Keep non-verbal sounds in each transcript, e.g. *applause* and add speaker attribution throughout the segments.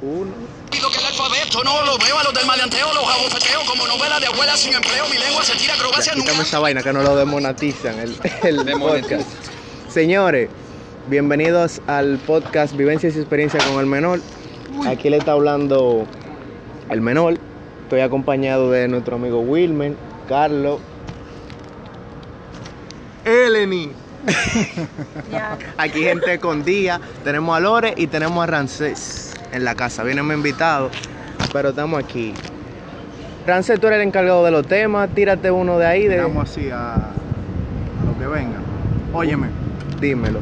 Speaker 1: Uno.
Speaker 2: Digo que el alfabeto no lo veo a los del maleanteo, los abofeteo como novela de abuela sin empleo. Mi lengua se tira acrobacia
Speaker 1: Ya,
Speaker 2: nunca.
Speaker 1: quitamos esa vaina que no lo demonetizan el, el
Speaker 3: Demonetizan.
Speaker 1: podcast. Señores, bienvenidos al podcast Vivencias y Experiencia con el Menor. Aquí le está hablando el Menor. Estoy acompañado de nuestro amigo Wilmer, Carlos. Eleni.
Speaker 4: *laughs*
Speaker 5: Ya,
Speaker 1: Aquí gente escondida. Tenemos a Lore y tenemos a Rancés en la casa. Vienen mis invitados, pero estamos aquí. Rancés, tú eres el encargado de los temas. Tírate uno de ahí. De...
Speaker 4: Digamos así a, a lo que venga. Óyeme,
Speaker 1: Dímelo.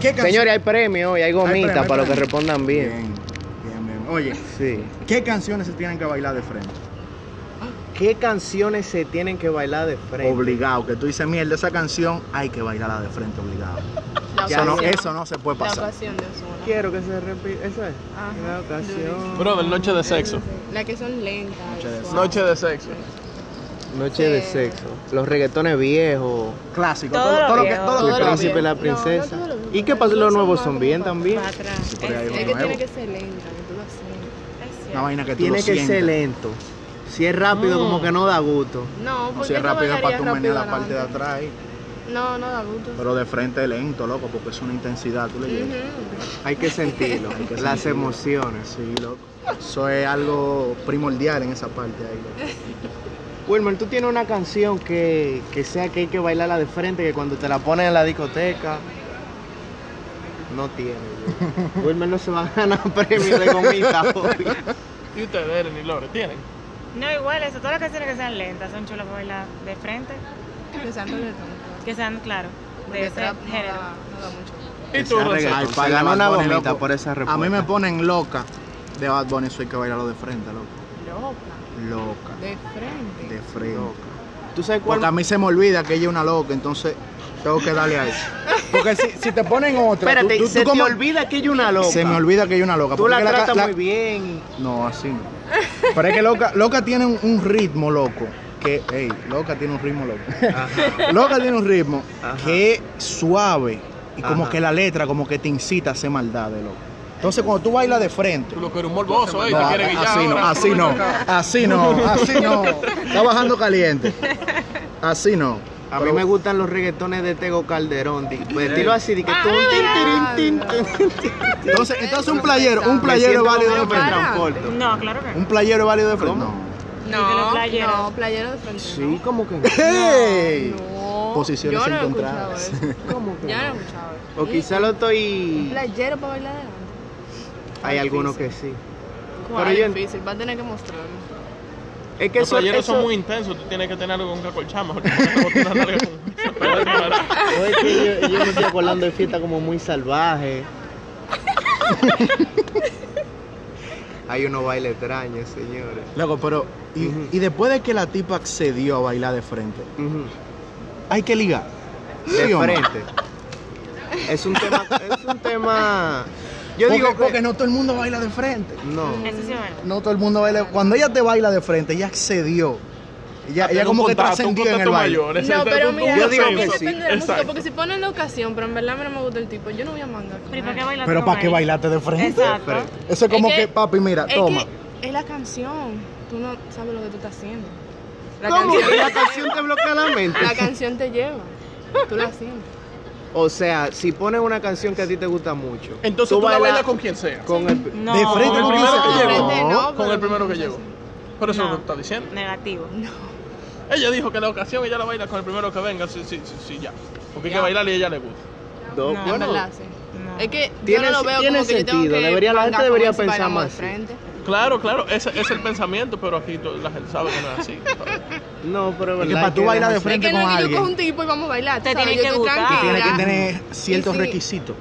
Speaker 4: ¿qué canción?
Speaker 1: Señores, hay premio y hay
Speaker 4: Hay
Speaker 1: gomita
Speaker 4: premio, hay
Speaker 1: para los que
Speaker 4: premio.
Speaker 1: respondan bien.
Speaker 4: Bien, bien, bien. Oye,
Speaker 1: Sí.
Speaker 4: ¿qué canciones se tienen que bailar de frente?
Speaker 1: ¿Qué canciones se tienen que bailar de frente?
Speaker 4: Obligado, que tú dices mierda, esa canción hay que bailarla de frente, obligado.
Speaker 5: la
Speaker 4: Eso no,
Speaker 5: ocasión.
Speaker 4: eso no se puede
Speaker 5: La
Speaker 4: pasar.
Speaker 5: ocasión de Ozuna.
Speaker 1: Quiero que se repita. Esa es.
Speaker 5: Ajá.
Speaker 1: La ocasión.
Speaker 3: Brother, noche de sexo.
Speaker 5: La que son lentas. suaves.
Speaker 3: Noche de sexo.
Speaker 1: Noche de sexo. Los reggaetones viejos.
Speaker 4: Clásico,
Speaker 5: Todo
Speaker 4: todo,
Speaker 5: lo
Speaker 4: todo lo que,
Speaker 5: viejo.
Speaker 4: todo lo
Speaker 5: Todo
Speaker 1: El
Speaker 4: que
Speaker 5: lo
Speaker 1: príncipe
Speaker 4: clásico.
Speaker 1: y
Speaker 5: viejo.
Speaker 1: la
Speaker 5: No,
Speaker 1: princesa.
Speaker 5: no todo lo
Speaker 1: ¿Y
Speaker 5: viejo.
Speaker 1: qué pasa? Los
Speaker 5: Son
Speaker 1: nuevos
Speaker 5: más
Speaker 1: son
Speaker 5: como
Speaker 1: bien
Speaker 5: pa-
Speaker 1: también.
Speaker 5: pa' atrás.
Speaker 4: Sí, pero hay
Speaker 5: Es,
Speaker 4: uno
Speaker 5: es que
Speaker 4: nuevo.
Speaker 5: tiene que ser lenta, que tú lo sientas. Es
Speaker 4: Una
Speaker 5: cierto.
Speaker 4: vaina que tú
Speaker 1: Tiene
Speaker 4: lo
Speaker 1: que ser
Speaker 4: sientas.
Speaker 1: lento. Si es rápido,
Speaker 5: Mm.
Speaker 1: como que no da gusto.
Speaker 5: No, porque
Speaker 4: No si es
Speaker 5: yo
Speaker 4: rápido
Speaker 5: bailaría
Speaker 4: para tú menear la
Speaker 5: rápido
Speaker 4: parte de
Speaker 5: adelante.
Speaker 4: atrás ahí.
Speaker 5: No, no da gusto.
Speaker 4: Pero de frente lento, loco, porque es una intensidad, tú le llegas.
Speaker 5: Ujú.
Speaker 1: *laughs* Hay que sentirlo.
Speaker 4: que
Speaker 1: Las
Speaker 4: sentirlo.
Speaker 1: emociones.
Speaker 4: Sí, loco. Eso es algo primordial en esa parte ahí, loco.
Speaker 1: Wilmer, tú tienes una canción que, que sea que hay que bailarla de frente, que cuando te la ponen en la discoteca. No tiene.
Speaker 4: *laughs*
Speaker 1: güey. Wilmer no se va a ganar premio de gomita hoy.
Speaker 3: ¿Y ustedes, Eren y Lore, tienen?
Speaker 6: No, igual eso, todas las canciones que sean lentas son chulas para bailar de frente,
Speaker 5: Empezando el
Speaker 6: que sean, claro, de
Speaker 5: Porque
Speaker 6: ese
Speaker 5: trap no
Speaker 6: género.
Speaker 5: da, no da mucho.
Speaker 3: ¿Y tú,
Speaker 1: Esa
Speaker 3: Rancés?
Speaker 1: regga-
Speaker 4: Ay,
Speaker 1: Se
Speaker 4: pa,
Speaker 1: ganó
Speaker 4: Bad
Speaker 1: una
Speaker 4: Bunny,
Speaker 1: bomita
Speaker 4: loco.
Speaker 1: por esa
Speaker 4: A mí me
Speaker 1: respuesta.
Speaker 4: ponen loca de Bad Bunny, eso hay que bailarlo de frente, loco.
Speaker 5: Loca.
Speaker 4: Loca,
Speaker 5: De frente.
Speaker 4: de frente.
Speaker 1: ¿Tú sabes
Speaker 4: Porque a
Speaker 1: cuál?
Speaker 4: mí se me olvida que ella es una loca, entonces tengo que darle a eso.
Speaker 7: Porque si, si te ponen otra,
Speaker 1: Espérate,
Speaker 7: tú, tú-
Speaker 1: se
Speaker 7: tú
Speaker 1: te
Speaker 7: como-
Speaker 1: olvida que hay una loca.
Speaker 4: Se me olvida que ella es una loca.
Speaker 1: Tú
Speaker 4: porque
Speaker 1: la
Speaker 4: es que
Speaker 1: tratas
Speaker 4: la-
Speaker 1: muy bien.
Speaker 4: No, así no.
Speaker 7: Pero es que loca,
Speaker 4: Loca tiene un, un ritmo loco. Que, ey, loca tiene un ritmo loco. *laughs* Loca tiene un ritmo
Speaker 1: Ajá.
Speaker 4: que es suave. Y como
Speaker 1: Ajá.
Speaker 4: que la letra como que te incita a hacer maldades, loco. Entonces cuando tú bailas de frente.
Speaker 3: Tú lo que eres un morboso, ¿eh?
Speaker 4: No,
Speaker 3: Te quieres guillar
Speaker 4: así no,
Speaker 3: ahora.
Speaker 4: así no, así no, así no. Está bajando caliente. Así no.
Speaker 1: A mí me gustan los reggaetones de Tego Calderón. di- pues, Estilo así, de que
Speaker 3: Ah,
Speaker 1: tú. tin, tirin, tin, tin, tin.
Speaker 4: Entonces, entonces un playero, un
Speaker 1: Me
Speaker 4: playero
Speaker 1: siento
Speaker 4: es válido de
Speaker 1: como en el
Speaker 4: frente.
Speaker 1: transporte.
Speaker 6: No, claro que no.
Speaker 4: Un playero es válido de frente. No.
Speaker 6: que los
Speaker 5: No,
Speaker 6: playeros.
Speaker 5: no, playero de frente.
Speaker 1: Sí, como que no.
Speaker 4: ¡Hey!
Speaker 5: No,
Speaker 4: Posiciones
Speaker 5: yo no he
Speaker 4: encontradas.
Speaker 5: escuchado eso.
Speaker 1: ¿Cómo
Speaker 3: *laughs*
Speaker 1: que
Speaker 5: Yo no he
Speaker 1: no?
Speaker 4: *laughs*
Speaker 5: escuchado eso.
Speaker 1: O quizá lo
Speaker 5: Un
Speaker 1: estoy.
Speaker 5: Playero para bailar adelante.
Speaker 1: Hay algunos que sí.
Speaker 5: ¿Cuál
Speaker 1: Pero yo-
Speaker 5: es difícil? Va a tener que mostrarlo.
Speaker 1: Es que
Speaker 3: Los
Speaker 1: eso,
Speaker 3: playeros
Speaker 1: eso-
Speaker 3: son
Speaker 1: *laughs*
Speaker 3: muy intensos, tú tienes que tener algo con que acolchar, *laughs* mejor que ponerte una larga *laughs* con- para otra manera.
Speaker 1: O es que yo, yo me estoy acordando de fiestas como muy salvajes. *laughs* Hay unos bailes extraños, señores.
Speaker 4: Loco, pero. Y,
Speaker 1: Ujú.
Speaker 4: y después de que la tipa accedió a bailar de frente, hay que ligar.
Speaker 1: De
Speaker 4: ¿Sí o no?
Speaker 1: frente. Es un tema. Es un tema. Yo
Speaker 4: porque,
Speaker 1: digo que.
Speaker 4: porque no todo el mundo baila de frente.
Speaker 1: No.
Speaker 6: Eso sí es verdad.
Speaker 4: No todo el mundo baila. Cuando ella te baila de frente, ella accedió. Ella, ella
Speaker 3: Tener un
Speaker 4: como que
Speaker 3: contrato, un
Speaker 4: trascendió en el
Speaker 3: contrato
Speaker 4: baile.
Speaker 3: mayor, ese-
Speaker 5: No, pero
Speaker 3: un-
Speaker 5: mira,
Speaker 3: un
Speaker 1: yo digo que
Speaker 3: ascenso.
Speaker 1: sí.
Speaker 5: depende de la música,
Speaker 3: Exacto.
Speaker 5: porque si ponen la ocasión, pero en verdad a mí no me gusta el tipo, yo no voy a manga. con
Speaker 6: Pero ¿para
Speaker 5: él.
Speaker 6: qué bailaste
Speaker 4: Pero
Speaker 6: con
Speaker 4: ¿para qué
Speaker 6: él?
Speaker 4: bailaste de frente?
Speaker 6: Exacto.
Speaker 4: Eso es como
Speaker 5: Es
Speaker 4: que,
Speaker 5: que-
Speaker 4: papi, mira,
Speaker 5: Es
Speaker 4: toma.
Speaker 5: que es la canción, tú no sabes lo que tú estás haciendo. La,
Speaker 1: ¿Cómo
Speaker 5: Canción,
Speaker 1: que la canción te bloquea la mente?
Speaker 5: *laughs* la canción te lleva, tú la sientes.
Speaker 1: O sea, si pones una canción que a ti te gusta mucho.
Speaker 3: Entonces tú la
Speaker 1: bailas
Speaker 3: bailas con quien sea.
Speaker 1: con el.
Speaker 6: No.
Speaker 4: De frente,
Speaker 3: Con el
Speaker 4: ¿cómo
Speaker 3: primero
Speaker 4: dice?
Speaker 3: que
Speaker 4: No.
Speaker 3: llegó.
Speaker 5: Frente, no,
Speaker 3: Con
Speaker 5: pero-
Speaker 3: el primero que llegó. Por eso es lo
Speaker 6: No.
Speaker 3: que está diciendo.
Speaker 6: Negativo.
Speaker 3: Ella dijo que la ocasión ella la baila con el primero que venga, sí, sí, sí, sí, ya. Porque hay que bailar y a ella le gusta.
Speaker 1: No,
Speaker 6: No,
Speaker 5: En
Speaker 1: bueno,
Speaker 5: verdad, sí.
Speaker 6: No.
Speaker 5: Es que yo
Speaker 1: Tiene-
Speaker 5: no lo veo
Speaker 1: tiene
Speaker 5: como que yo tengo
Speaker 1: sentido,
Speaker 5: que
Speaker 1: debería- la
Speaker 5: mangar
Speaker 1: gente
Speaker 5: con
Speaker 1: debería
Speaker 5: él si
Speaker 1: pensar
Speaker 5: bailamos
Speaker 1: más
Speaker 5: de frente.
Speaker 3: Claro, claro, ese ese es el pensamiento, pero aquí to- la gente sabe que no es así. ¿sabes?
Speaker 1: no, pero es
Speaker 4: Es
Speaker 1: verdad.
Speaker 4: que para tú bailar de
Speaker 1: frente.
Speaker 4: frente
Speaker 5: Es que no
Speaker 4: con
Speaker 5: es que yo cojo
Speaker 4: alguien,
Speaker 5: un tipo y vamos a bailar, tú
Speaker 6: Te
Speaker 5: sabes,
Speaker 6: tiene
Speaker 5: yo
Speaker 6: que
Speaker 5: estoy
Speaker 6: gustar.
Speaker 4: tiene
Speaker 5: tranquila.
Speaker 4: que tener ciertos
Speaker 5: sí.
Speaker 4: requisitos.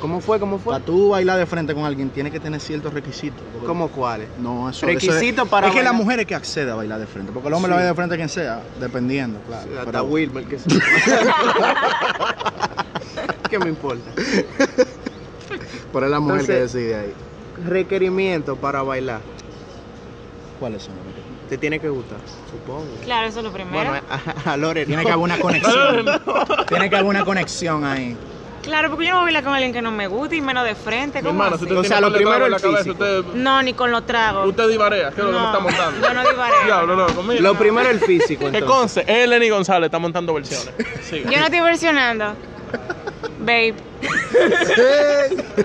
Speaker 1: ¿Cómo fue? ¿Cómo fue?
Speaker 4: Para tú bailar de frente con alguien, tiene que tener ciertos requisitos. porque-
Speaker 1: ¿Cómo cuáles?
Speaker 4: No, eso
Speaker 1: Requisito
Speaker 4: eso es,
Speaker 1: para
Speaker 4: Es que la
Speaker 1: bailar.
Speaker 4: mujer es que accede a bailar de frente, porque el hombre
Speaker 1: Sí.
Speaker 4: la baila de frente a quien sea, dependiendo, claro.
Speaker 1: Hasta
Speaker 4: pero-
Speaker 1: Wilmer, que se... *laughs* ¿Qué me importa?
Speaker 4: pero es la mujer
Speaker 1: Entonces-
Speaker 4: que decide ahí.
Speaker 1: Requerimientos para bailar.
Speaker 4: ¿Cuáles son? los requisitos?
Speaker 1: Te tiene que gustar, supongo.
Speaker 6: Claro, eso es lo primero.
Speaker 1: Bueno, a, a Lore.
Speaker 4: Tiene *laughs*
Speaker 1: no.
Speaker 4: que haber una conexión. tiene que haber una conexión ahí.
Speaker 6: Claro, porque yo no voy a bailar con alguien que no me gusta y menos de frente.
Speaker 3: eh. Mi
Speaker 6: ¿Cómo
Speaker 3: hermano,
Speaker 6: así?
Speaker 3: si usted
Speaker 1: O
Speaker 3: tiene
Speaker 1: sea, lo
Speaker 3: palo de trago
Speaker 1: primero
Speaker 3: en la
Speaker 1: el
Speaker 3: cabeza,
Speaker 1: físico.
Speaker 3: usted,
Speaker 6: No, ni con los tragos.
Speaker 3: usted divarea, ¿qué es lo que me
Speaker 6: No,
Speaker 3: está montando?
Speaker 6: yo no divareo.
Speaker 3: Diablo, no,
Speaker 1: *laughs*
Speaker 3: conmigo.
Speaker 1: Lo primero el físico.
Speaker 3: Que
Speaker 1: entonces.
Speaker 3: conste, es Lenny González, está montando versiones. Sí.
Speaker 6: Yo no estoy versionando. Babe,
Speaker 1: *laughs*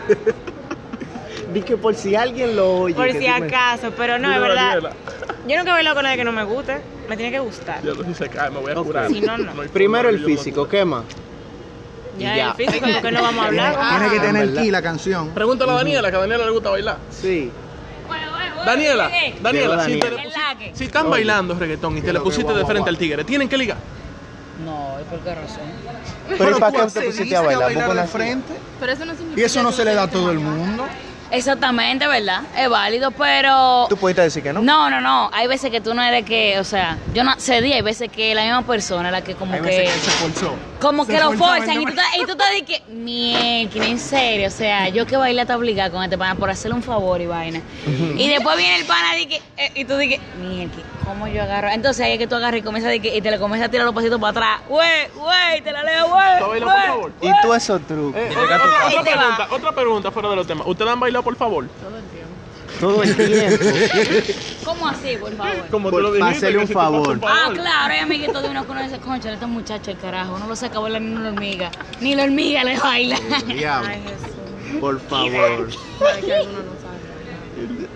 Speaker 1: Di que por si alguien lo oye.
Speaker 6: por
Speaker 1: que
Speaker 6: si
Speaker 1: dime-
Speaker 6: acaso, pero no,
Speaker 3: Dile,
Speaker 6: es verdad.
Speaker 3: Daniela.
Speaker 6: Yo nunca he bailado con nadie que no me guste. Me tiene que gustar.
Speaker 3: Diablo, si se cae, me voy a
Speaker 1: Ok.
Speaker 3: curar.
Speaker 6: Si no, no.
Speaker 3: hay forma
Speaker 1: Primero
Speaker 3: que
Speaker 1: el
Speaker 3: yo me
Speaker 1: físico,
Speaker 3: cure.
Speaker 1: ¿qué más?
Speaker 6: Ya,
Speaker 1: Ya.
Speaker 6: el físico, porque no vamos a hablar.
Speaker 4: Tiene que
Speaker 1: Ah,
Speaker 4: tener
Speaker 1: ¿verdad?
Speaker 4: ki la canción.
Speaker 3: Pregúntale a Daniela, que a Daniela le gusta bailar.
Speaker 1: Sí.
Speaker 3: Daniela,
Speaker 6: Eh,
Speaker 3: Daniela, si,
Speaker 1: Daniela.
Speaker 3: te le
Speaker 6: El
Speaker 3: pusi-
Speaker 6: laque.
Speaker 3: si están bailando reggaetón y te le pusiste de frente al tigre, tienen que ligar.
Speaker 8: No, ¿y por qué razón?
Speaker 1: Pero ¿y para qué te pusiste
Speaker 4: pusiste
Speaker 1: a bailar? ¿Vos
Speaker 4: de
Speaker 1: conocías?
Speaker 4: frente?
Speaker 5: Pero eso no significa
Speaker 4: Y eso no
Speaker 5: que
Speaker 4: se le da a
Speaker 5: tengas
Speaker 4: todo el
Speaker 5: que bailar.
Speaker 4: mundo.
Speaker 8: Exactamente, ¿verdad? Es válido, pero...
Speaker 1: Tú pudiste decir que no.
Speaker 8: No, no, no. Hay veces que tú no eres que, o sea, yo no cedí, hay veces que la misma persona es la que como
Speaker 4: Hay
Speaker 8: que...
Speaker 4: veces que se forzó.
Speaker 8: Como
Speaker 4: Se
Speaker 8: que lo
Speaker 4: forzó,
Speaker 8: forzan
Speaker 4: ¿verdad?
Speaker 8: y tú estás, y tú estás de que, mierda, en serio, o sea, yo que bailé te obligada con este pana por hacerle un favor y vaina. Y después viene el pana de que, eh, y tú dices, mierda, ¿cómo yo agarro? Entonces ahí es que tú agarras y comienzas de que, y te le comienzas a tirar los pasitos para atrás, wey, wey, te la leo,
Speaker 3: ¿Tú
Speaker 8: wey,
Speaker 3: bailas, por favor?
Speaker 1: Y tú esos trucos.
Speaker 3: Eh, otra, otra-
Speaker 8: Ahí
Speaker 3: otra
Speaker 8: te va.
Speaker 3: pregunta, otra pregunta fuera de los temas. ¿Ustedes han bailado por favor?
Speaker 1: Todo el tiempo.
Speaker 8: ¿Cómo así, por favor?
Speaker 3: Como
Speaker 1: Por-
Speaker 3: tú lo
Speaker 1: para
Speaker 3: dijiste.
Speaker 1: hacerle
Speaker 3: que
Speaker 1: un
Speaker 3: si tú pasas
Speaker 1: favor.
Speaker 8: Ah, claro, hay amiguitos de uno que uno dice, concha, este muchacho el carajo, no lo saca a bailar ni una hormiga, ni la hormiga le baila. *laughs*
Speaker 1: Diablo.
Speaker 6: Ay, Jesús.
Speaker 1: Por favor.
Speaker 5: Ay, que alguno no sabe.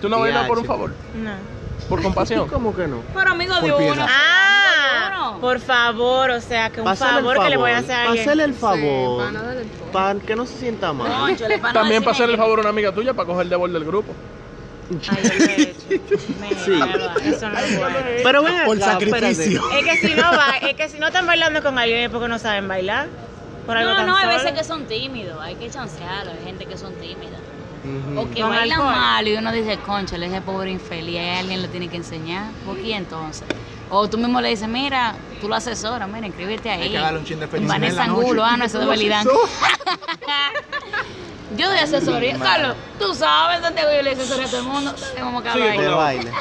Speaker 3: ¿Tú no bailas por un
Speaker 1: Diache.
Speaker 3: favor?
Speaker 6: No.
Speaker 1: *laughs*
Speaker 3: Por compasión.
Speaker 1: ¿Cómo que no?
Speaker 8: Pero amigo de uno.
Speaker 6: Ah,
Speaker 8: Bueno.
Speaker 6: por favor, o sea, que un
Speaker 1: Pásale el
Speaker 6: favor, que le voy a hacer a alguien.
Speaker 1: Pásale el
Speaker 5: Sí, pana
Speaker 1: favor.
Speaker 5: del todo.
Speaker 1: Para que no se sienta mal.
Speaker 8: Cónchale, para no
Speaker 3: También
Speaker 8: decirme
Speaker 3: para hacerle el
Speaker 8: que-
Speaker 3: favor a una amiga tuya para coger de bol del grupo.
Speaker 6: Ay, yo lo he hecho. Me-
Speaker 1: *laughs* Sí.
Speaker 6: Eso no es bueno.
Speaker 1: Pero ven acá,
Speaker 4: Por
Speaker 1: espérate.
Speaker 4: sacrificio.
Speaker 6: Es que si no va, es que si no están bailando con alguien es porque no saben bailar. Por algo
Speaker 8: No,
Speaker 6: tan
Speaker 8: no, hay
Speaker 6: solo.
Speaker 8: veces que son tímidos, hay que chancearlo, hay gente que son tímida.
Speaker 1: Ujú.
Speaker 8: O que
Speaker 6: Con
Speaker 8: bailan
Speaker 6: alcohol.
Speaker 8: mal y uno dice, concha, ese pobre infeliz, ahí alguien lo tiene que enseñar. ¿Por qué entonces? O tú mismo le dices, mira, tú lo asesoras, mira, inscríbete ahí.
Speaker 4: Hay que darle un chin de felicidad en
Speaker 8: Vanessa
Speaker 4: la noche.
Speaker 8: Angulo, ah, no, eso de validante. *laughs* yo doy asesoría. Carlos, tú sabes, Santiago, yo le asesoría a todo el mundo. Vamos a
Speaker 3: Sí,
Speaker 8: acabar ahí.
Speaker 1: De
Speaker 3: Pero-
Speaker 1: baile.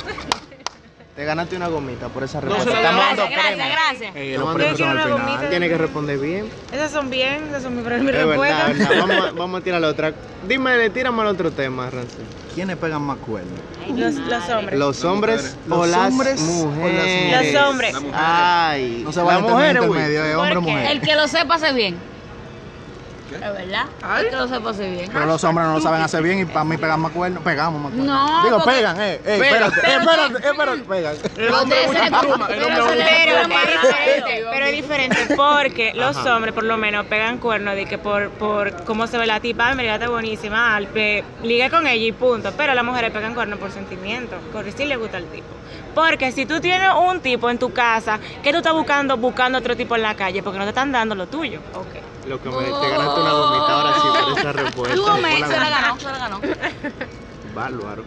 Speaker 1: Te ganaste una gomita por esa
Speaker 3: se
Speaker 1: respuesta.
Speaker 3: la
Speaker 1: Estamos-
Speaker 8: Gracias,
Speaker 3: Tomando
Speaker 8: gracias, gracias.
Speaker 4: Ey,
Speaker 1: Tomando
Speaker 4: los
Speaker 6: Yo
Speaker 4: premios son
Speaker 6: quiero
Speaker 4: al
Speaker 6: una
Speaker 4: final.
Speaker 6: gomita.
Speaker 1: Tiene que responder bien.
Speaker 6: Esas son bien, esas son mis mi
Speaker 1: Es verdad,
Speaker 6: respuestas.
Speaker 1: verdad. Vamos, vamos a tirar la otra. Dime, tírame al otro tema, Rancel.
Speaker 4: ¿Quiénes pegan más cuernos?
Speaker 6: Los, los hombres.
Speaker 1: Los hombres
Speaker 4: Los
Speaker 1: o las
Speaker 4: hombres o las
Speaker 1: mujeres.
Speaker 6: Los hombres. Las
Speaker 1: Ay,
Speaker 4: No se
Speaker 1: las
Speaker 4: van a
Speaker 1: mujeres,
Speaker 4: entender
Speaker 1: güey.
Speaker 4: medio eh. de
Speaker 6: ¿Por
Speaker 4: hombre o
Speaker 6: qué?
Speaker 4: mujer.
Speaker 8: El que lo sepa hace bien. ¿Es verdad? El que lo sepa hace bien.
Speaker 4: Pero los hombres no lo saben hacer bien y para mí pegan más cuernos. Pegamos más cuernos.
Speaker 8: No,
Speaker 4: Digo,
Speaker 8: porque-
Speaker 4: pegan, eh. eh,
Speaker 1: Pero-
Speaker 4: espérate,
Speaker 8: pero-
Speaker 4: espérate, eh, espérate, pegan.
Speaker 3: El hombre es
Speaker 8: Ustedes
Speaker 3: mucha
Speaker 8: se-
Speaker 3: pluma. El hombre
Speaker 8: pero se
Speaker 3: es
Speaker 8: le-
Speaker 3: mucha
Speaker 6: Pero,
Speaker 8: Pero
Speaker 6: pero es
Speaker 8: amarrado.
Speaker 6: diferente, pero es diferente porque los hombres por lo menos pegan cuernos de que por, por cómo se ve la tipa, "Ay, mira, está buenísima, alpe, liga con ella y punto. Pero las mujeres pegan cuernos por sentimiento, por si le gusta el tipo. Porque si tú tienes un tipo en tu casa, que tú estás buscando? Buscando otro tipo en la calle porque no te están dando lo tuyo. Ok.
Speaker 1: Lo que me, te ganaste una gomita ahora sí por esa respuesta.
Speaker 8: Tú me, se
Speaker 1: Hola,
Speaker 8: la ganó, se la ganó.
Speaker 1: Bárbaro.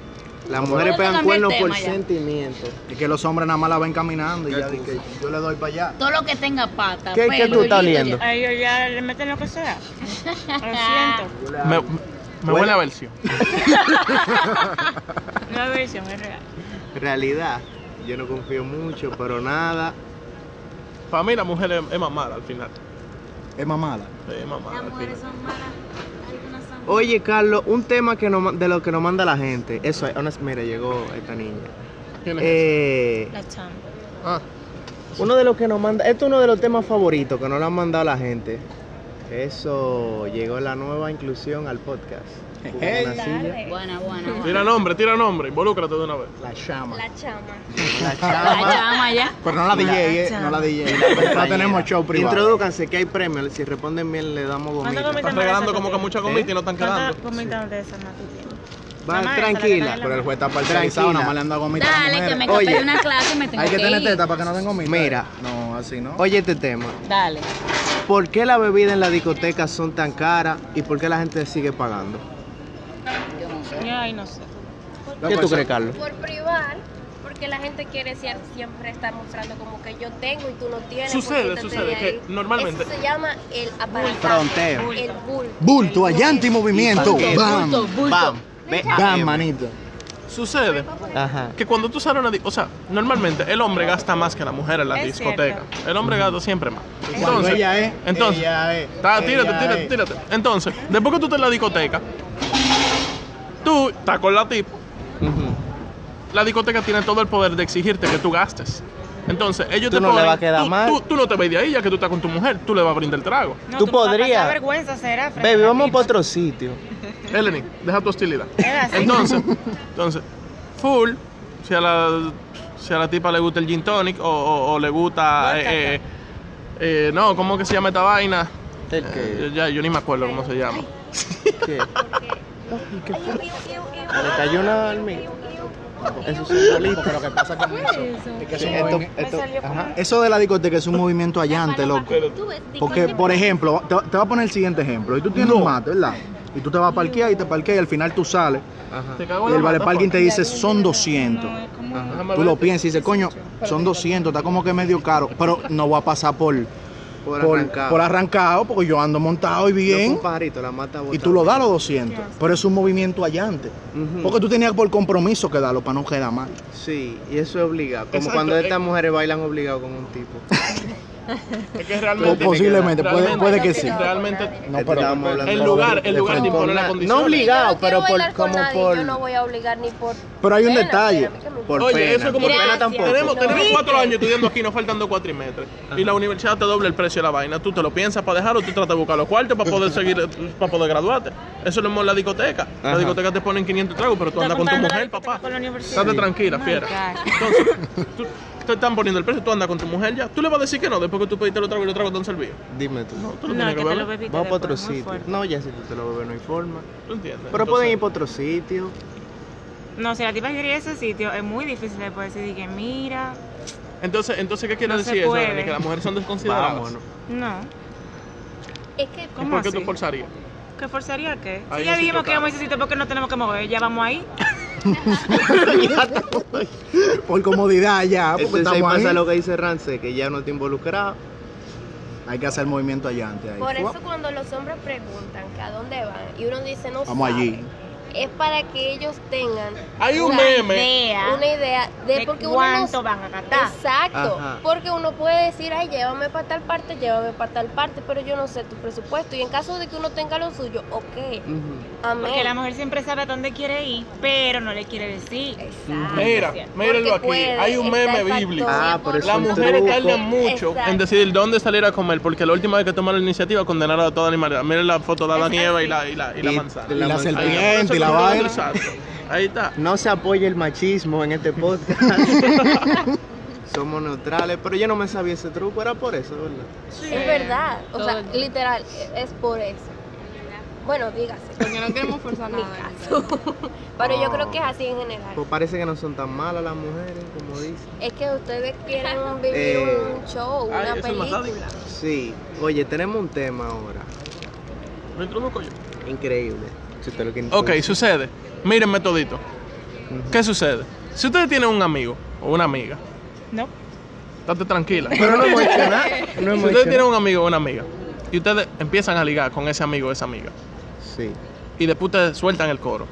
Speaker 1: Las mujeres
Speaker 8: Vamos
Speaker 1: pegan
Speaker 8: a cambiar
Speaker 1: cuernos
Speaker 8: el
Speaker 1: por
Speaker 8: tema ya.
Speaker 1: sentimiento.
Speaker 4: Es que los hombres nada más la ven caminando y ya di que yo le doy para allá.
Speaker 8: Todo lo que tenga pata.
Speaker 1: ¿Qué- qué tú estás oliendo?
Speaker 6: A ellos ya le meten lo que sea. Lo *laughs* siento.
Speaker 3: pluma.
Speaker 4: Ah,
Speaker 3: Me, me huele a versión.
Speaker 6: Una versión es real.
Speaker 1: Realidad. Yo no confío mucho, pero nada.
Speaker 3: Para mí la mujer es, es más mala al final.
Speaker 4: Es mamada.
Speaker 3: Sí, Es más mala al final.
Speaker 8: son malas, algunas son
Speaker 1: Oye, Carlos, un tema que nos- de lo que nos manda la gente. Eso es, honest- mira, llegó esta niña.
Speaker 3: ¿Quién es?
Speaker 1: Eh,
Speaker 6: La chamba.
Speaker 3: ah,
Speaker 1: Uno de los que nos manda, este es uno de los temas favoritos que nos lo han mandado la gente. Eso llegó la nueva inclusión al podcast. Con una silla.
Speaker 8: Buena, buena, buena.
Speaker 3: tira nombre, tira nombre. Involúcrate de una vez.
Speaker 4: La llama.
Speaker 1: La
Speaker 8: La
Speaker 1: chama.
Speaker 8: llama ya.
Speaker 4: Pero Pues no la DJ, eh. No la DJ.
Speaker 1: *laughs*
Speaker 4: No tenemos show privado.
Speaker 1: Introdúcanse que hay premios. Si responden bien, le damos
Speaker 6: ¿Cuántas
Speaker 1: gomita.
Speaker 6: gomitas
Speaker 3: Estás
Speaker 6: me das
Speaker 3: regalando
Speaker 6: a
Speaker 3: como que
Speaker 6: cambio?
Speaker 3: mucha comida y no están
Speaker 6: ¿Cuántas
Speaker 3: quedando.
Speaker 6: gomitas de esas no tú tienes?
Speaker 1: Va,
Speaker 6: Mamá,
Speaker 1: tranquila.
Speaker 6: esa
Speaker 4: Ah, Pero el juez está
Speaker 1: Tranquila.
Speaker 4: parcializado, nada más le han dado gomita a las
Speaker 8: Dale, que me
Speaker 4: mujeres.
Speaker 8: escapé
Speaker 1: Oye.
Speaker 8: de una clase y me tengo
Speaker 4: Hay que tener
Speaker 8: ir.
Speaker 4: teta para que no den gomita.
Speaker 1: Mira.
Speaker 4: No, así no.
Speaker 1: Oye este tema.
Speaker 8: Dale.
Speaker 1: ¿Por qué las bebidas en las discotecas son tan caras y por qué la gente sigue pagando?
Speaker 8: Yo no sé.
Speaker 6: Ay, no sé.
Speaker 1: ¿Qué tú crees, Carlos?
Speaker 9: por privar, porque la gente quiere sie- siempre estar mostrando como que yo tengo y tú no tienes.
Speaker 3: Sucede,
Speaker 9: porque yo te
Speaker 3: sucede
Speaker 9: tenía
Speaker 3: que
Speaker 9: ahí.
Speaker 3: normalmente-
Speaker 9: Eso se llama el aparataje,
Speaker 1: Fronteo.
Speaker 9: el bulto.
Speaker 4: Bulto, allante y movimiento. Bam.
Speaker 8: Bulto, bulto.
Speaker 4: eh,
Speaker 1: Bam. Ve-
Speaker 4: Bam, manito.
Speaker 3: Sucede
Speaker 1: Ajá.
Speaker 3: que cuando tú sales a una di- o sea, normalmente el hombre gasta más que la mujer en la
Speaker 6: Es
Speaker 3: discoteca. El hombre gasta siempre más.
Speaker 4: Cuando ella es,
Speaker 3: entonces,
Speaker 4: ella es,
Speaker 3: Ta- tírate,
Speaker 4: ella
Speaker 3: tírate,
Speaker 4: es.
Speaker 3: tírate. Entonces, después que tú estás en la discoteca, tú estás con la tipa. La discoteca tiene todo el poder de exigirte que tú gastes. Entonces, ellos
Speaker 1: Tú
Speaker 3: te
Speaker 1: no le
Speaker 3: ponen-
Speaker 1: vas a quedar
Speaker 3: tú,
Speaker 1: mal.
Speaker 3: tú- tú no te vas de ahí ya que tú estás con tu mujer, tú le vas a brindar el trago.
Speaker 6: No,
Speaker 1: Tú
Speaker 6: no vas a
Speaker 1: podrías.
Speaker 6: pasar vergüenza será. frente
Speaker 1: Baby,
Speaker 6: a
Speaker 1: vamos
Speaker 6: ti.
Speaker 1: para otro sitio.
Speaker 3: Eleni, deja tu hostilidad.
Speaker 6: Es así.
Speaker 3: Entonces, entonces, full, si a la, si a la tipa le gusta el gin tonic o, o- o le gusta, eh, eh, eh, no, ¿cómo que se llama esta vaina?
Speaker 1: ¿El qué?
Speaker 3: Eh, yo, ya, yo ni me acuerdo cómo se llama.
Speaker 1: ¿Qué?
Speaker 9: Le
Speaker 1: Le cayó una hormiga. Eso es
Speaker 4: Porque lo que pasa con eso es que es un
Speaker 1: Esto,
Speaker 4: movimiento-
Speaker 1: esto,
Speaker 6: salió como-
Speaker 1: ajá.
Speaker 4: Eso de la discoteca es un movimiento allante, loco. Porque, por ejemplo, te, te voy a poner el siguiente ejemplo. Y tú tienes un mate, ¿verdad? Y tú te vas a parquear y te parqueas y al final tú sales.
Speaker 1: Ajá.
Speaker 3: Te
Speaker 4: Y
Speaker 3: cago en
Speaker 4: el
Speaker 3: la
Speaker 4: vale
Speaker 3: mata,
Speaker 4: parking te
Speaker 3: fuck.
Speaker 4: dice, son 200.
Speaker 3: Déjame
Speaker 4: Tú lo
Speaker 3: verte.
Speaker 4: piensas y dices, coño, son 200, está como que medio caro, pero no voy a pasar por,
Speaker 1: Por,
Speaker 4: por-
Speaker 1: arrancado.
Speaker 4: por arrancado porque yo ando montado y
Speaker 1: Loco,
Speaker 4: bien.
Speaker 1: un pajarito, la mata
Speaker 4: Y
Speaker 1: botada.
Speaker 4: tú lo das los 200, pero es un movimiento allante.
Speaker 1: Ujú.
Speaker 4: Porque tú tenías por compromiso que darlo para no quedar mal. *laughs*
Speaker 1: Sí, y eso es obligado. Como
Speaker 3: Exacto,
Speaker 1: cuando
Speaker 3: eh.
Speaker 1: estas mujeres bailan obligado con un tipo.
Speaker 3: Es que
Speaker 4: Po-
Speaker 3: realmente,
Speaker 4: posiblemente, puede-
Speaker 3: realmente-
Speaker 4: puede que sí.
Speaker 3: Realmente,
Speaker 4: No,
Speaker 1: Este
Speaker 4: pero-
Speaker 1: estábamos hablando
Speaker 3: El
Speaker 1: de-
Speaker 3: lugar-
Speaker 1: de
Speaker 3: el lugar
Speaker 1: frente.
Speaker 3: impone las
Speaker 1: Con
Speaker 3: condiciones.
Speaker 1: No obligado, pero por, como por.
Speaker 9: Yo no voy a obligar ni por.
Speaker 4: Pero hay un
Speaker 9: pena,
Speaker 4: detalle.
Speaker 9: mira, a mí que me-
Speaker 1: por
Speaker 3: Oye,
Speaker 1: pena.
Speaker 3: eso es como
Speaker 1: por
Speaker 3: que-
Speaker 1: pena
Speaker 9: Gracias.
Speaker 1: tampoco.
Speaker 3: Tenemos,
Speaker 9: No.
Speaker 3: tenemos cuatro años estudiando aquí, nos faltan dos cuatrimestres. Y la universidad te dobla el precio de la vaina. Tú te lo piensas para dejarlo, tú tratas de buscar los cuartos para poder seguir, para poder graduarte. Eso lo mismo en la discoteca. La
Speaker 1: Ajá.
Speaker 3: discoteca te ponen 500 tragos, pero tú
Speaker 6: Está
Speaker 3: andas con tu
Speaker 6: comparando la
Speaker 3: mujer,
Speaker 6: discoteca
Speaker 3: papá.
Speaker 6: con la universidad.
Speaker 3: Estate tranquila,
Speaker 6: Oh my
Speaker 3: fiera.
Speaker 6: God.
Speaker 3: Entonces, tú, te están poniendo el precio, tú andas con tu mujer ya. Tú le vas a decir que no, después que tú pediste los tragos y los tragos te han servido.
Speaker 1: Dime tú.
Speaker 3: No, tú lo
Speaker 6: No,
Speaker 3: tienes
Speaker 6: que
Speaker 3: que
Speaker 6: te lo
Speaker 3: beber.
Speaker 6: bebiste.
Speaker 1: Vamos para otro
Speaker 6: después, muy
Speaker 1: sitio.
Speaker 6: fuerte.
Speaker 1: No, ya si tú te lo bebes no hay forma.
Speaker 3: ¿Tú entiendes?
Speaker 1: Pero pueden ir para otro sitio.
Speaker 6: No, si la tipa quiere ir a ese sitio, es muy difícil después decir que mira.
Speaker 3: Entonces, entonces, ¿qué quiere
Speaker 6: No se
Speaker 3: decir eso,
Speaker 6: puede.
Speaker 3: Dani? Que las mujeres son desconsideradas.
Speaker 1: Vámonos.
Speaker 6: No.
Speaker 9: Es que
Speaker 3: ¿Y
Speaker 6: ¿Cómo
Speaker 3: por qué
Speaker 6: así?
Speaker 3: tú forzarías?
Speaker 6: ¿Qué forzaría qué?
Speaker 3: Ahí
Speaker 6: Si ya
Speaker 3: no se
Speaker 6: dijimos que
Speaker 3: tocaba.
Speaker 6: vamos a ese sitio porque no tenemos que mover, ya vamos ahí.
Speaker 4: Por comodidad ya, Ah, porque
Speaker 1: Entonces ahí
Speaker 4: estamos
Speaker 1: Este pasa
Speaker 4: ahí.
Speaker 1: lo que dice Rance, que ya no te involucrado.
Speaker 4: Hay que hacer el movimiento allante ahí.
Speaker 9: por eso cuando los hombres preguntan que a dónde van y uno dice no
Speaker 4: Vamos
Speaker 9: sabe,
Speaker 4: allí.
Speaker 9: Es para que ellos tengan
Speaker 3: Hay un
Speaker 9: una,
Speaker 3: meme.
Speaker 9: una idea de,
Speaker 6: de
Speaker 9: porque
Speaker 6: cuánto
Speaker 9: uno no-
Speaker 6: van a gastar.
Speaker 9: Exacto,
Speaker 1: Ajá.
Speaker 9: porque uno puede decir, ay, llévame para tal parte, llévame para tal parte, pero yo no sé tu presupuesto. Y en caso de que uno tenga lo suyo, ok, amén.
Speaker 6: Porque la mujer siempre sabe a dónde quiere ir, pero no le quiere decir.
Speaker 9: Exacto.
Speaker 3: Mira, mírenlo aquí.
Speaker 9: puede,
Speaker 3: Hay un
Speaker 9: está
Speaker 3: meme
Speaker 9: esa
Speaker 3: bíblico.
Speaker 9: historia
Speaker 1: Ah, pero es
Speaker 3: Las
Speaker 1: un
Speaker 3: mujeres
Speaker 1: truco.
Speaker 3: tardan mucho en
Speaker 9: Exacto.
Speaker 3: decidir dónde salir a comer, porque la última vez que tomaron la iniciativa condenaron a toda animalidad. Miren la foto de la nieve y la, y la, y la
Speaker 1: Y
Speaker 3: manzana.
Speaker 4: Y
Speaker 1: Ahí, por
Speaker 4: la serpiente y la vaina.
Speaker 3: Ahí está, por eso controlando el salto. Ahí está.
Speaker 1: No se apoya el machismo en este
Speaker 4: *laughs*
Speaker 1: podcast. Somos neutrales, pero yo no me sabía ese truco, era por eso, ¿verdad?
Speaker 9: Es verdad, o sea,
Speaker 8: Todo.
Speaker 9: literal, es por eso. Bueno, dígase.
Speaker 5: Porque no queremos forzar nada.
Speaker 9: Pero yo
Speaker 1: Oh.
Speaker 9: creo que es así en general.
Speaker 3: Oh.
Speaker 1: Pues parece que no son tan malas las mujeres, como dicen.
Speaker 9: Es que ustedes
Speaker 6: *laughs*
Speaker 9: quieren vivir
Speaker 1: Eh,
Speaker 9: un
Speaker 3: Ay,
Speaker 9: show, una
Speaker 3: eso es
Speaker 9: película.
Speaker 3: más sádico.
Speaker 1: Sí, oye, tenemos un tema ahora,
Speaker 3: Lo introduzco yo.
Speaker 1: increíble. Si usted lo quiere
Speaker 3: Ok,
Speaker 1: introducir.
Speaker 3: sucede. Mírenme todito.
Speaker 1: Ujú.
Speaker 3: ¿Qué sucede? Si ustedes tienen un amigo o una amiga,
Speaker 6: No.
Speaker 3: date tranquila.
Speaker 4: Pero no hemos hecho nada. *laughs* No
Speaker 3: si
Speaker 4: hemos
Speaker 3: ustedes
Speaker 4: hecho
Speaker 3: tienen un amigo o una amiga y ustedes empiezan a ligar con ese amigo o esa amiga
Speaker 1: Sí.
Speaker 3: y después ustedes sueltan el coro,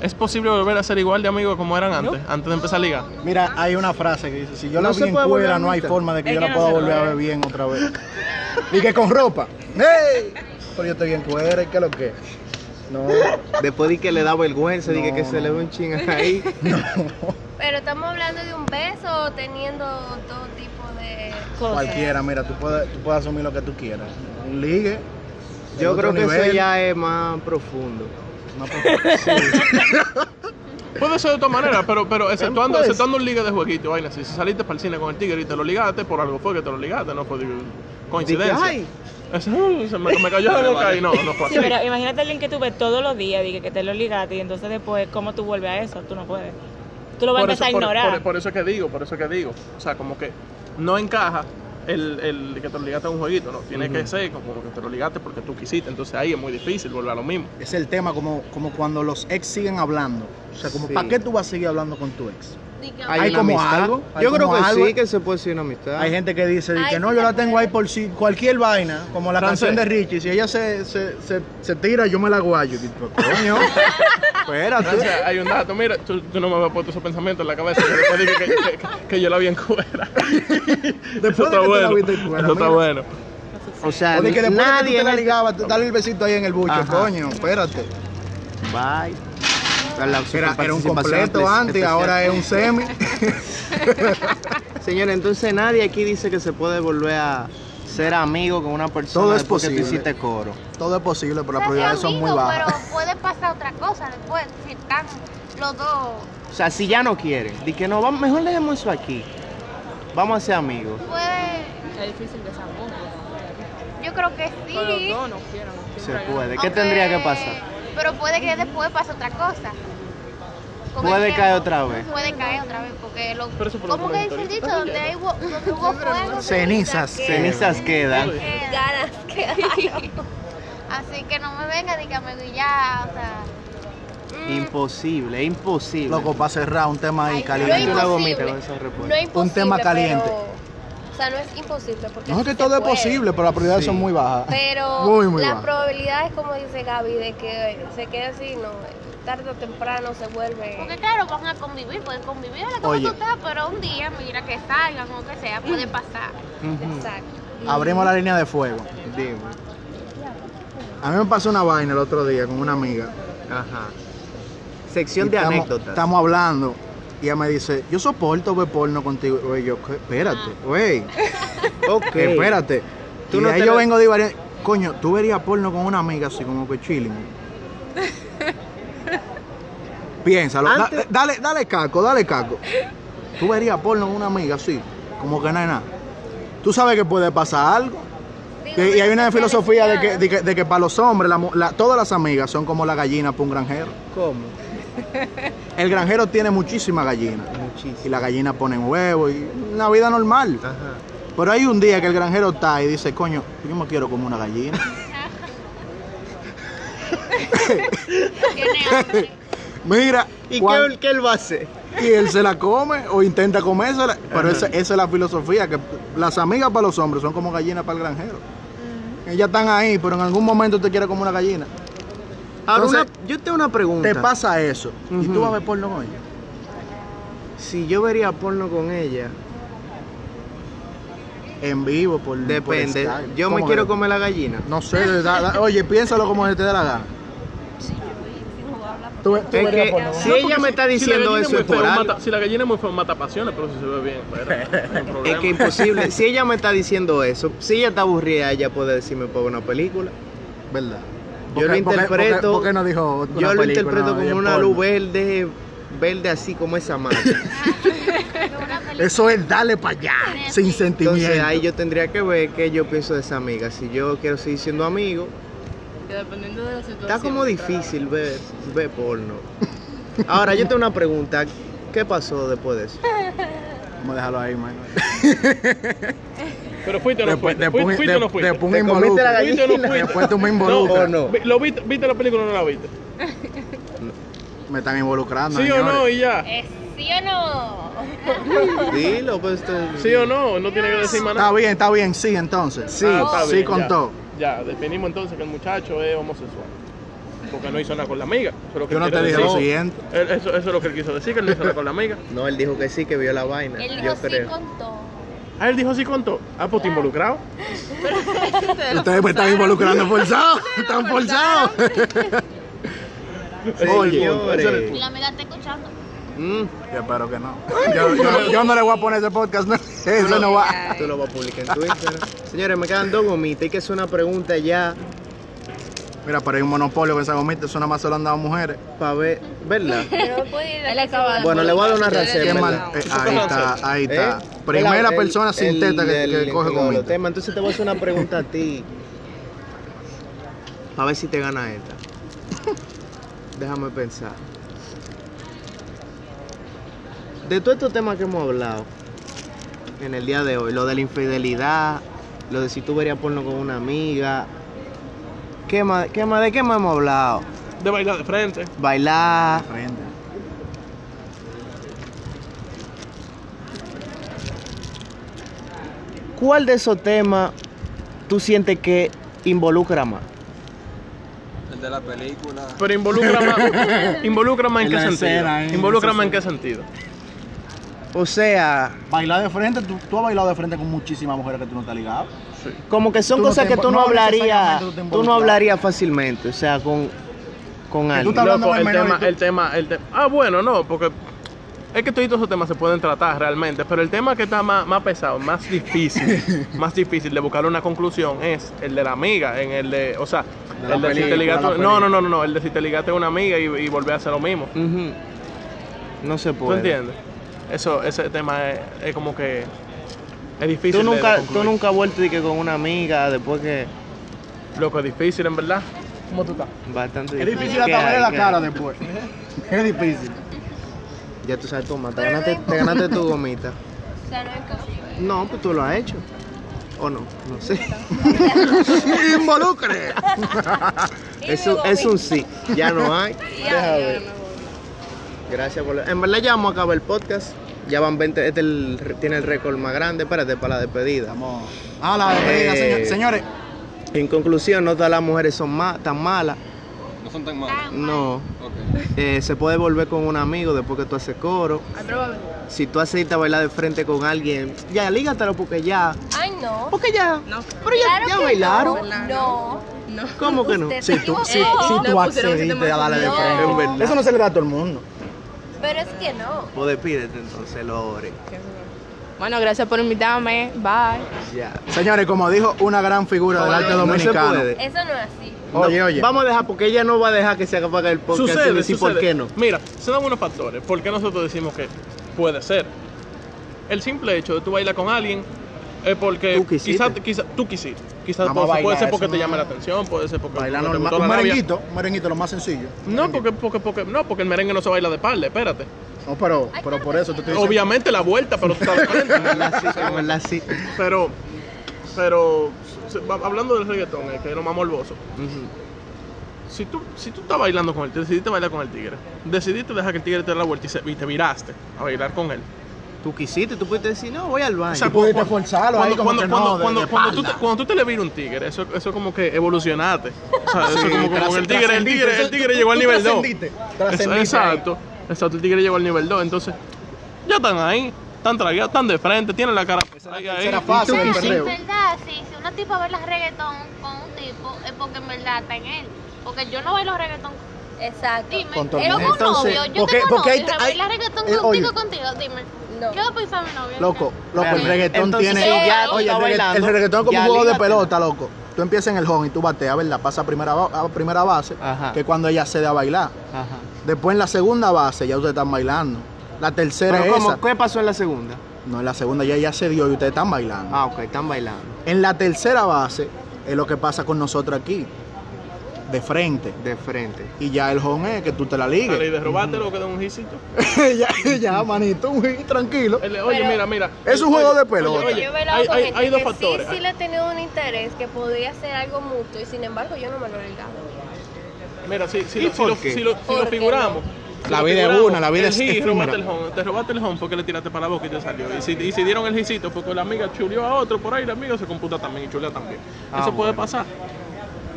Speaker 3: ¿es posible volver a ser igual de amigos como eran antes, antes de empezar a ligar?
Speaker 4: nada. Mira, hay una frase que dice, si yo
Speaker 1: No
Speaker 4: la vi
Speaker 1: se
Speaker 4: en
Speaker 1: puede volver
Speaker 4: cuera, no hay
Speaker 1: nunca.
Speaker 4: forma de que
Speaker 6: Es
Speaker 4: yo
Speaker 6: que
Speaker 4: la
Speaker 6: no
Speaker 4: pueda
Speaker 6: se
Speaker 4: volver a
Speaker 6: puede.
Speaker 4: ver bien otra vez. Y que con ropa. ¡Ey! Pero yo estoy bien cuera, ¿y qué es lo que? es?
Speaker 6: *laughs*
Speaker 4: No.
Speaker 1: Después di que le da vergüenza, dije
Speaker 4: No,
Speaker 1: que se le ve un ching
Speaker 4: *laughs*
Speaker 1: ahí.
Speaker 9: Pero estamos hablando de un beso o teniendo todo tipo de...
Speaker 4: Cualquiera, mira, tú puedes, tú puedes asumir lo que tú quieras. Un ligue.
Speaker 1: Yo
Speaker 4: otro
Speaker 1: creo que eso
Speaker 4: nivel. pues,
Speaker 1: ya es más profundo.
Speaker 4: una propuesta.
Speaker 3: Puede ser de otra manera, pero, pero exceptuando,
Speaker 4: Pues.
Speaker 3: exceptuando un ligue de jueguito, vaina. Si saliste para el cine con el tigre y te lo ligaste, por algo fue que te lo ligaste, no fue de- coincidencia.
Speaker 1: Dije, ay.
Speaker 3: Eso, uh, *laughs* se me, me cayó la boca y no, no
Speaker 6: *laughs*
Speaker 3: fue
Speaker 6: Sí,
Speaker 3: así.
Speaker 6: pero imagínate a alguien que tú ves todos los días, dije que te lo ligaste y entonces después, ¿cómo tú vuelves a eso? Tú no puedes. Tú lo vas
Speaker 3: Por
Speaker 6: a
Speaker 3: eso,
Speaker 6: empezar
Speaker 3: por-
Speaker 6: a ignorar.
Speaker 3: por- por eso que digo, por eso que digo. O sea, como que no encaja el, el que te lo ligaste a un jueguito, no. Tiene que ser como que te lo ligaste porque tú quisiste, entonces ahí es muy difícil volver a lo mismo.
Speaker 4: es el tema como, como cuando los ex siguen hablando. O sea, como
Speaker 1: Sí.
Speaker 4: ¿para qué tú vas a seguir hablando con tu ex?
Speaker 9: diga,
Speaker 4: Hay
Speaker 1: una
Speaker 4: como
Speaker 1: amistad.
Speaker 4: algo, hay
Speaker 1: Yo creo
Speaker 4: como
Speaker 1: que
Speaker 4: algo.
Speaker 1: sí, que se puede decir una amistad.
Speaker 4: Hay gente que dice di
Speaker 9: Ay,
Speaker 4: que no,
Speaker 9: sí,
Speaker 4: yo
Speaker 9: se
Speaker 4: la tengo
Speaker 9: puede.
Speaker 4: ahí por si cualquier vaina, como la
Speaker 3: Francés.
Speaker 4: canción de Richie. Si ella se, se, se, se tira, yo me la guayo. Digo, Coño,
Speaker 1: *laughs*
Speaker 4: espérate.
Speaker 3: Entonces, hay un dato, mira, tú, tú no me habías puesto esos pensamientos en la cabeza, que después dije que, que- que- que yo la vi en *laughs* cuera.
Speaker 4: de
Speaker 3: Eso
Speaker 4: que
Speaker 3: está
Speaker 4: tú la
Speaker 3: bueno.
Speaker 4: viste en cuera,
Speaker 3: Eso está
Speaker 4: mira.
Speaker 3: bueno.
Speaker 1: O sea,
Speaker 4: O de que después de que
Speaker 1: nadie.
Speaker 4: tú te la
Speaker 1: en el-
Speaker 4: ligabas, te- dale el besito ahí en el bucho.
Speaker 1: Ajá.
Speaker 4: Coño, espérate.
Speaker 1: Bye. La super
Speaker 4: Era, era un
Speaker 1: participación
Speaker 4: completo
Speaker 1: espe-
Speaker 4: antes, ahora es
Speaker 1: *laughs*
Speaker 4: un semi.
Speaker 1: especial. Señores, entonces nadie aquí dice que se puede volver a ser amigo con una persona
Speaker 4: Todo es
Speaker 1: después que tú
Speaker 4: posible.
Speaker 1: hiciste coro.
Speaker 4: Todo es posible, pero las
Speaker 10: Puede ser
Speaker 4: probabilidades son muy
Speaker 10: amigo,
Speaker 4: bajas.
Speaker 10: Pero puede pasar otra cosa después, si están los dos.
Speaker 1: O sea, si ya no quieren, di que no, vamos, mejor dejemos eso aquí. Vamos a ser amigos.
Speaker 10: Puede,
Speaker 5: Es difícil de saber.
Speaker 10: yo creo que
Speaker 5: Pero los
Speaker 10: sí.
Speaker 5: dos no quieren.
Speaker 1: Se puede. ¿Qué
Speaker 10: aunque-
Speaker 1: tendría que pasar?
Speaker 10: Pero puede que después pase otra cosa. Como
Speaker 1: Puede
Speaker 10: el
Speaker 1: caer
Speaker 10: que-
Speaker 1: otra vez.
Speaker 10: Puede caer otra vez, porque lo,
Speaker 3: Pero eso por lo
Speaker 10: ¿cómo que
Speaker 3: menos
Speaker 10: dice el
Speaker 3: ahorita
Speaker 10: dicho? Donde, hay, hubo- donde hubo fuego,
Speaker 4: Cenizas.
Speaker 1: Cenizas quedan.
Speaker 10: queda.
Speaker 9: ganas *laughs* que
Speaker 10: Así que no me venga, dígame y ya, o sea,
Speaker 4: Mm,
Speaker 1: Imposible, imposible.
Speaker 4: Loco, para cerrar un tema ahí
Speaker 10: Ay,
Speaker 1: Date
Speaker 4: caliente.
Speaker 10: yo
Speaker 1: una
Speaker 10: imposible.
Speaker 1: gomita con esa respuesta.
Speaker 9: No es imposible.
Speaker 4: tema
Speaker 9: pero-
Speaker 4: caliente.
Speaker 9: o sea, no es imposible. Porque
Speaker 4: No es
Speaker 9: sí
Speaker 4: que
Speaker 9: se
Speaker 4: todo es
Speaker 9: puede.
Speaker 4: posible, pero las probabilidades
Speaker 1: Sí.
Speaker 4: son muy bajas.
Speaker 9: Pero
Speaker 4: Muy, muy
Speaker 9: las
Speaker 4: baja.
Speaker 9: probabilidades, como dice Gaby, de que se quede así, no, tarde o temprano se vuelve.
Speaker 10: porque claro, van a convivir, pueden convivir, ahora como
Speaker 4: Oye.
Speaker 10: tú estás, pero un día, mira, que salgan o que sea, puede pasar.
Speaker 9: Exacto.
Speaker 4: Abrimos la línea de fuego.
Speaker 1: Dime.
Speaker 4: A mí me pasó una vaina el otro día con una amiga.
Speaker 1: Ajá. Sección
Speaker 4: Y
Speaker 1: de
Speaker 4: estamos-
Speaker 1: anécdotas.
Speaker 4: Estamos hablando. Y ella me dice, yo soporto ver porno contigo. Oye, yo, ¿qué? espérate, güey,
Speaker 1: Ok.
Speaker 4: espérate.
Speaker 1: Tú
Speaker 4: y
Speaker 1: no
Speaker 4: de ahí
Speaker 1: te
Speaker 4: yo
Speaker 1: la-
Speaker 4: vengo de varias... Coño, tú verías porno con una amiga así como que chilling. Piénsalo. Da-
Speaker 1: Antes-
Speaker 4: dale, dale caco, dale caco. Tú verías porno con una amiga así, como que nada, nada. Tú sabes que puede pasar algo.
Speaker 9: Digo,
Speaker 4: Y, y hay una
Speaker 9: pero
Speaker 4: filosofía de que,
Speaker 9: deseada.
Speaker 4: de que- de que para los hombres, la mu- la- todas las amigas son como la gallina para un granjero.
Speaker 1: ¿Cómo?
Speaker 4: El granjero tiene muchísimas gallinas. Y
Speaker 1: Muchísimo.
Speaker 4: las gallinas ponen huevos y una vida normal.
Speaker 1: Ajá.
Speaker 4: Pero hay un día que el granjero está y dice, coño, yo me quiero como una gallina. *laughs* Mira,
Speaker 1: ¿Y
Speaker 4: cuan-
Speaker 1: qué, qué él va a hacer?
Speaker 4: y él se la come o intenta comérsela. Pero esa, esa es la filosofía, que las amigas para los hombres son como gallinas para el granjero. Ellas están ahí, pero en algún momento te quiere como una gallina.
Speaker 1: Ahora,
Speaker 4: Entonces,
Speaker 1: una- yo tengo una pregunta.
Speaker 4: Te pasa eso. Y
Speaker 1: Ujú.
Speaker 4: tú vas a ver porno con ella.
Speaker 1: Si yo vería porno con ella,
Speaker 4: En vivo, por por
Speaker 1: depende.
Speaker 4: Skype.
Speaker 1: Yo me
Speaker 4: ¿Cómo
Speaker 1: quiero
Speaker 4: que-
Speaker 1: comer la gallina.
Speaker 4: No sé, da- da- oye, piénsalo como se te dé la gana. Tú, tú
Speaker 1: Es
Speaker 4: verías
Speaker 1: que
Speaker 4: porno, ¿no?
Speaker 1: si ella me está diciendo eso es por algo.
Speaker 3: Si la gallina es muy fea, mata pasiones, pero si se ve bien, fuera, *laughs* no hay
Speaker 1: Es
Speaker 3: problema.
Speaker 1: que
Speaker 4: *laughs*
Speaker 1: imposible. si ella me está diciendo eso, si ella está aburrida, ella puede decirme para una película.
Speaker 4: ¿Verdad?
Speaker 1: Yo lo interpreto.
Speaker 4: Porque, porque no dijo una
Speaker 1: Yo lo
Speaker 4: película,
Speaker 1: interpreto
Speaker 4: no,
Speaker 1: como
Speaker 4: es
Speaker 1: una
Speaker 4: porno.
Speaker 1: luz verde, verde así como
Speaker 4: *laughs*
Speaker 1: esa mata.
Speaker 4: Eso es dale para allá, sin sentimiento.
Speaker 1: Entonces ahí yo tendría que ver qué yo pienso de esa amiga. Si yo quiero seguir siendo amigo,
Speaker 5: Que dependiendo de la situación.
Speaker 1: está como difícil ver, ver
Speaker 4: *laughs*
Speaker 1: porno. Ahora yo tengo una pregunta. ¿Qué pasó después de eso?
Speaker 4: Vamos a dejarlo ahí, man.
Speaker 3: Pero fuiste o no
Speaker 4: Después,
Speaker 3: fuiste.
Speaker 4: después,
Speaker 3: Fuiste, fuiste o no
Speaker 4: después,
Speaker 3: fuiste.
Speaker 4: después
Speaker 1: Te
Speaker 4: me
Speaker 1: comiste
Speaker 4: involucro.
Speaker 1: la
Speaker 3: Fuiste o no
Speaker 1: gallina.
Speaker 3: fuiste.
Speaker 4: Después tú me
Speaker 1: ¿O
Speaker 4: involucras.
Speaker 1: no?
Speaker 3: Vi- ¿Lo viste, viste la película o no la viste?
Speaker 4: Me están involucrando.
Speaker 3: ¿Sí o no?
Speaker 4: señores.
Speaker 3: Y ya.
Speaker 10: ¿Es sí o no?
Speaker 1: Dilo, pues. tú-
Speaker 3: ¿Sí o no? No tiene que decir más
Speaker 4: Está
Speaker 3: nada.
Speaker 4: bien, está bien, sí, entonces. Sí,
Speaker 3: Ah, está
Speaker 4: sí
Speaker 3: bien, ya.
Speaker 4: contó.
Speaker 3: Ya, definimos entonces que el muchacho es homosexual. Porque no hizo nada con la amiga. Eso es lo que
Speaker 4: Yo no
Speaker 3: quiere
Speaker 4: te dije lo
Speaker 3: decir.
Speaker 4: siguiente.
Speaker 3: Él- Eso, eso es lo que él quiso decir, que él no hizo nada con la amiga.
Speaker 1: No, él dijo que sí, que vio la vaina.
Speaker 10: Él
Speaker 1: yo
Speaker 10: dijo sí
Speaker 1: creo.
Speaker 10: con todo.
Speaker 3: Ah, él dijo sí contó. Ah, pues te involucrado.
Speaker 4: Ustedes me están
Speaker 1: *laughs*
Speaker 4: involucrando forzados. Están forzados. *laughs* Oye,
Speaker 1: Señores.
Speaker 3: ese es el
Speaker 10: Y la amiga está escuchando.
Speaker 1: Mm,
Speaker 4: Yo espero que no. Yo, yo- yo no le voy a poner ese podcast. No. *laughs* Eso no va.
Speaker 1: tú lo vas a publicar en tu Instagram. Señores, me quedan dos gomitas. Y que es una pregunta ya
Speaker 4: Mira, pero hay un monopolio con esa gomita. Eso nada más se lo han dado mujeres.
Speaker 1: para ver.
Speaker 10: *laughs*
Speaker 1: ¿Verdad?
Speaker 9: Pero pues, puede ir a acabar.
Speaker 1: Bueno, le voy a dar una receta.
Speaker 4: Qué
Speaker 1: ¿verdad?
Speaker 4: mal- eh, ahí está, ahí está.
Speaker 7: Eh,
Speaker 4: Primera
Speaker 1: El-
Speaker 4: persona sin
Speaker 1: el-
Speaker 4: teta que,
Speaker 1: del-
Speaker 4: que coge
Speaker 1: del- del
Speaker 4: gomita.
Speaker 1: tema. Entonces te voy a hacer una pregunta a ti. Para ver si te gana *laughs* esta. Déjame pensar. De todos estos temas que hemos hablado en el día de hoy, lo de la infidelidad, lo de si tú verías porno con una amiga, ¿qué más, qué más, ¿de qué más hemos hablado?
Speaker 3: De bailar de frente.
Speaker 1: Bailar,
Speaker 4: Frente.
Speaker 1: ¿Cuál de esos temas tú sientes que involucra más?
Speaker 11: El de la película.
Speaker 3: Pero
Speaker 4: *laughs*
Speaker 3: involucra más. ¿Involucra más en
Speaker 1: En
Speaker 3: qué
Speaker 1: la
Speaker 3: sentido?
Speaker 1: escena, ¿eh?
Speaker 3: ¿Involucra
Speaker 1: Eso
Speaker 3: más en
Speaker 1: sí.
Speaker 3: qué sentido?
Speaker 1: O sea,
Speaker 4: Bailar de frente, tú, tú has bailado de frente con muchísimas mujeres que tú no te has ligado.
Speaker 1: como que son
Speaker 4: Tú no
Speaker 1: cosas
Speaker 4: te
Speaker 1: que
Speaker 4: invo-
Speaker 1: tú no,
Speaker 4: no
Speaker 1: hablarías,
Speaker 4: necesariamente tú te
Speaker 1: tú no
Speaker 4: involucras.
Speaker 1: hablarías fácilmente, o sea, con, con alguien.
Speaker 3: Loco, el tema, el tema, el tema. Ah, bueno, no, porque es que todos esos temas se pueden tratar realmente, pero el tema que está más, más pesado, más
Speaker 1: *laughs*
Speaker 3: difícil, más difícil de buscar una conclusión es el de la amiga, en el de, o sea,
Speaker 1: la
Speaker 3: el de si te
Speaker 1: película,
Speaker 3: ligaste-
Speaker 1: la
Speaker 3: no,
Speaker 1: película.
Speaker 3: no, no, no, no, el de si te ligaste a una amiga y, y volver a hacer lo mismo.
Speaker 1: Ujú. No se
Speaker 3: ¿Tú
Speaker 1: puede.
Speaker 3: entiendes? Eso, ese tema es, es como que es difícil.
Speaker 1: Tú
Speaker 3: de- de
Speaker 1: nunca, tú
Speaker 3: concluir.
Speaker 1: nunca has vuelto y que con una amiga después que
Speaker 3: Loco, es difícil en verdad.
Speaker 4: ¿Cómo tú estás?
Speaker 1: bastante
Speaker 4: Es difícil
Speaker 1: ¿Qué
Speaker 4: hasta verle
Speaker 1: hay?
Speaker 4: la
Speaker 1: ¿Qué
Speaker 4: cara
Speaker 1: hay?
Speaker 4: después. *laughs* Es difícil.
Speaker 1: Ya tú sabes, toma, te
Speaker 9: Pero
Speaker 1: ganaste,
Speaker 9: no
Speaker 1: te ganaste tu gomita.
Speaker 9: O sea, no es imposible.
Speaker 1: No, pues tú lo has hecho. ¿O no? No sé.
Speaker 4: ¡Involucre!
Speaker 1: es, un, es un sí. Ya no hay. Deja ver. Gracias por... En verdad ya vamos a acabar el podcast. Ya van 20... Este el- tiene el récord más grande. Espérate para la despedida.
Speaker 4: A la despedida,
Speaker 1: Eh,
Speaker 4: señor- señores.
Speaker 1: En conclusión, no todas las mujeres son ma- tan malas.
Speaker 11: No son tan malos.
Speaker 1: No. Eh, se puede volver con un amigo después que tú haces coro. Si tú aceitas bailar de frente con alguien, ya lígatelo porque ya.
Speaker 9: Ay, no.
Speaker 1: Porque ya.
Speaker 9: No.
Speaker 1: Pero ya- ya bailaron.
Speaker 9: No. No.
Speaker 1: ¿Cómo que no?
Speaker 9: Usted
Speaker 1: Si
Speaker 9: se
Speaker 1: tú- si-
Speaker 9: equivocó.
Speaker 1: si tú
Speaker 9: No pusieron ese
Speaker 1: accediste a darle de
Speaker 9: tema.
Speaker 1: frente. En verdad.
Speaker 7: Eso no se le da a todo el mundo.
Speaker 9: Pero es que no.
Speaker 1: Pues despídete entonces, Lore.
Speaker 5: Bueno, gracias por invitarme. Bye.
Speaker 1: Ya.
Speaker 4: Señores, como dijo una gran figura del
Speaker 1: Oye,
Speaker 4: arte
Speaker 1: no se
Speaker 4: dominicano.
Speaker 1: puede.
Speaker 9: Eso no es así.
Speaker 4: Oye,
Speaker 1: No,
Speaker 4: oye.
Speaker 1: Vamos a dejar porque ella no va a dejar que se acabe el podcast. sin
Speaker 3: sucede,
Speaker 1: decir
Speaker 3: sucede.
Speaker 1: por qué no.
Speaker 3: Mira, se dan unos factores. ¿Por qué nosotros decimos que puede ser? El simple hecho de tú bailar con alguien es porque
Speaker 1: Tú quisiste.
Speaker 3: quizás quizá, tú quisiste. Quizás
Speaker 4: Vamos a
Speaker 3: puede, ser- puede
Speaker 4: bailar,
Speaker 3: ser porque
Speaker 4: eso
Speaker 3: te
Speaker 4: no-
Speaker 3: llama la atención, puede ser porque
Speaker 4: Bailar
Speaker 3: porque te
Speaker 4: normal.
Speaker 3: gustó
Speaker 4: Un
Speaker 3: la novia.
Speaker 4: merenguito, un merenguito, lo más sencillo.
Speaker 3: No, porque, porque, porque, no, porque el merengue no se baila de espalda, espérate.
Speaker 4: No, pero, pero por eso te estoy diciendo.
Speaker 3: Obviamente la vuelta,
Speaker 4: *laughs*
Speaker 3: pero tú estás de frente. Pero, pero, se- va- hablando del reggaetón, eh, que es lo más morboso. Si tú, si tú estás bailando con él, te decidiste bailar con el tigre, decidiste dejar que el tigre te dé la vuelta y, se- y te viraste a bailar con él.
Speaker 1: Tú quisiste, tú pudiste decir, no, voy al baño.
Speaker 3: O sea,
Speaker 4: Y pudiste
Speaker 3: cuando-
Speaker 4: forzarlo ahí como que no, de- de
Speaker 3: cuando- cuando tú te,
Speaker 4: espalda.
Speaker 3: cuando tú te le viras un tigre, eso, eso es como que evolucionaste. O sea, eso
Speaker 4: Sí,
Speaker 3: es como, como
Speaker 4: tras-
Speaker 3: que el tigre, el tigre,
Speaker 4: trascendiste,
Speaker 3: el tigre
Speaker 4: tú-
Speaker 3: llegó al
Speaker 4: tú
Speaker 3: nivel 2.
Speaker 4: trascendiste, trascendiste
Speaker 3: Exacto, exacto, el tigre llegó al nivel 2. Entonces, ya están ahí, están tragados, están de frente, tienen la cara. ahí, ahí.
Speaker 4: tercera fase del
Speaker 10: Pero
Speaker 4: perreo.
Speaker 10: en verdad, sí, si una tipa baila reggaetón con un tipo, es porque en verdad está en él. Porque yo no bailo reggaetón.
Speaker 9: Exacto.
Speaker 10: Dime,
Speaker 4: Con
Speaker 10: con
Speaker 4: todo el
Speaker 10: tengo
Speaker 1: Pues,
Speaker 4: mundo.
Speaker 10: un
Speaker 4: Entonces,
Speaker 10: novio, yo
Speaker 4: porque-
Speaker 10: tengo
Speaker 4: porque
Speaker 10: novio,
Speaker 4: hay-
Speaker 10: y se
Speaker 4: hay-
Speaker 10: baila reggaetón
Speaker 4: eh,
Speaker 10: contigo,
Speaker 4: oye.
Speaker 10: contigo, dime.
Speaker 9: No.
Speaker 10: ¿Qué va a pensar mi novio?
Speaker 4: Loco, loco, el
Speaker 1: Espérame.
Speaker 4: reggaetón
Speaker 1: Entonces,
Speaker 4: tiene.
Speaker 1: si ya
Speaker 4: oye,
Speaker 1: está
Speaker 4: el, regga-
Speaker 1: bailando,
Speaker 4: el reggaetón es como
Speaker 1: ya
Speaker 4: un juego de
Speaker 1: lígatela.
Speaker 4: pelota, loco. Tú empiezas en el home y tú bateas, ¿verdad? Pasa a primera, ba- a primera base,
Speaker 1: Ajá.
Speaker 4: que es cuando ella cede a bailar.
Speaker 1: Ajá.
Speaker 4: Después en la segunda base ya ustedes están bailando. La tercera
Speaker 1: Pero
Speaker 4: es
Speaker 1: ¿cómo?
Speaker 4: esa.
Speaker 1: ¿Qué pasó en la segunda?
Speaker 4: No, en la segunda ya ella cedió y ustedes están bailando.
Speaker 1: Ah, ok, están bailando.
Speaker 4: En la tercera base es lo que pasa con nosotros aquí, de frente.
Speaker 1: De frente.
Speaker 4: Y ya el home es que tú te la
Speaker 3: Dale, y
Speaker 4: ligues.
Speaker 3: de robártelo, que de un jicito.
Speaker 4: *laughs* ya, ya, manito, un hit, tranquilo.
Speaker 3: Él le- Oye,
Speaker 9: Pero-
Speaker 3: mira, mira.
Speaker 4: Es un
Speaker 3: Oye,
Speaker 4: juego de
Speaker 3: oye,
Speaker 4: pelota.
Speaker 3: oye,
Speaker 9: Yo he bailado
Speaker 3: hay,
Speaker 9: con
Speaker 3: hay-
Speaker 9: gente
Speaker 3: hay dos
Speaker 9: que
Speaker 3: factores.
Speaker 9: Sí, sí le he tenido un interés que podía hacer algo mutuo y sin embargo yo no me lo he ligado.
Speaker 3: Ah, Mira, si, si,
Speaker 1: ¿Y
Speaker 3: lo, si,
Speaker 1: por
Speaker 3: lo,
Speaker 1: qué?
Speaker 3: si lo- si
Speaker 9: ¿Por
Speaker 3: lo
Speaker 9: qué
Speaker 3: figuramos. si
Speaker 4: La
Speaker 3: lo
Speaker 4: vida es
Speaker 3: figuramos,
Speaker 4: una, la vida
Speaker 3: el
Speaker 4: es
Speaker 3: hit,
Speaker 4: efímera.
Speaker 3: robaste el home, Te robaste el home porque le tiraste para la boca y te salió. Y si, y si dieron el hicito fue que la amiga chuleó a otro por ahí, la amiga se computa también y chulea también.
Speaker 1: Ah,
Speaker 3: Eso puede
Speaker 1: bueno.
Speaker 3: pasar.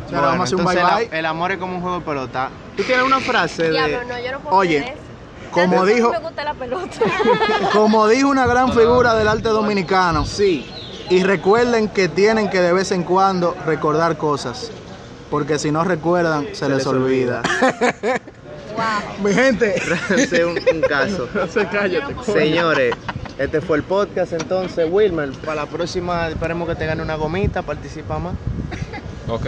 Speaker 4: Bueno, vamos a hacer un
Speaker 1: entonces
Speaker 4: bye
Speaker 1: la-
Speaker 4: bye.
Speaker 1: el amor es como un juego de pelota. Tú tienes una frase
Speaker 9: Diablo,
Speaker 1: de.
Speaker 9: no, yo no puedo
Speaker 4: Oye,
Speaker 9: hacer eso.
Speaker 4: como
Speaker 9: Tanto que a mí
Speaker 4: dijo-
Speaker 9: Me gusta la pelota. *laughs*
Speaker 4: Como dijo una gran figura del arte dominicano. Sí. Y recuerden que tienen que de vez en cuando recordar cosas. Porque si no recuerdan, se, les,
Speaker 1: les
Speaker 4: olvida. Mi gente.
Speaker 1: *laughs* Hace un, un caso.
Speaker 3: Entonces cállate. coño.
Speaker 1: Señores, este fue el podcast entonces, Wilmer. Para la próxima esperemos que te gane una gomita, participa más.
Speaker 11: Ok.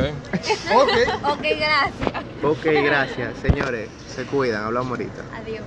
Speaker 4: Ok.
Speaker 9: ok, gracias.
Speaker 1: Ok, gracias, señores. Se cuidan, hablamos ahorita.
Speaker 9: Adiós.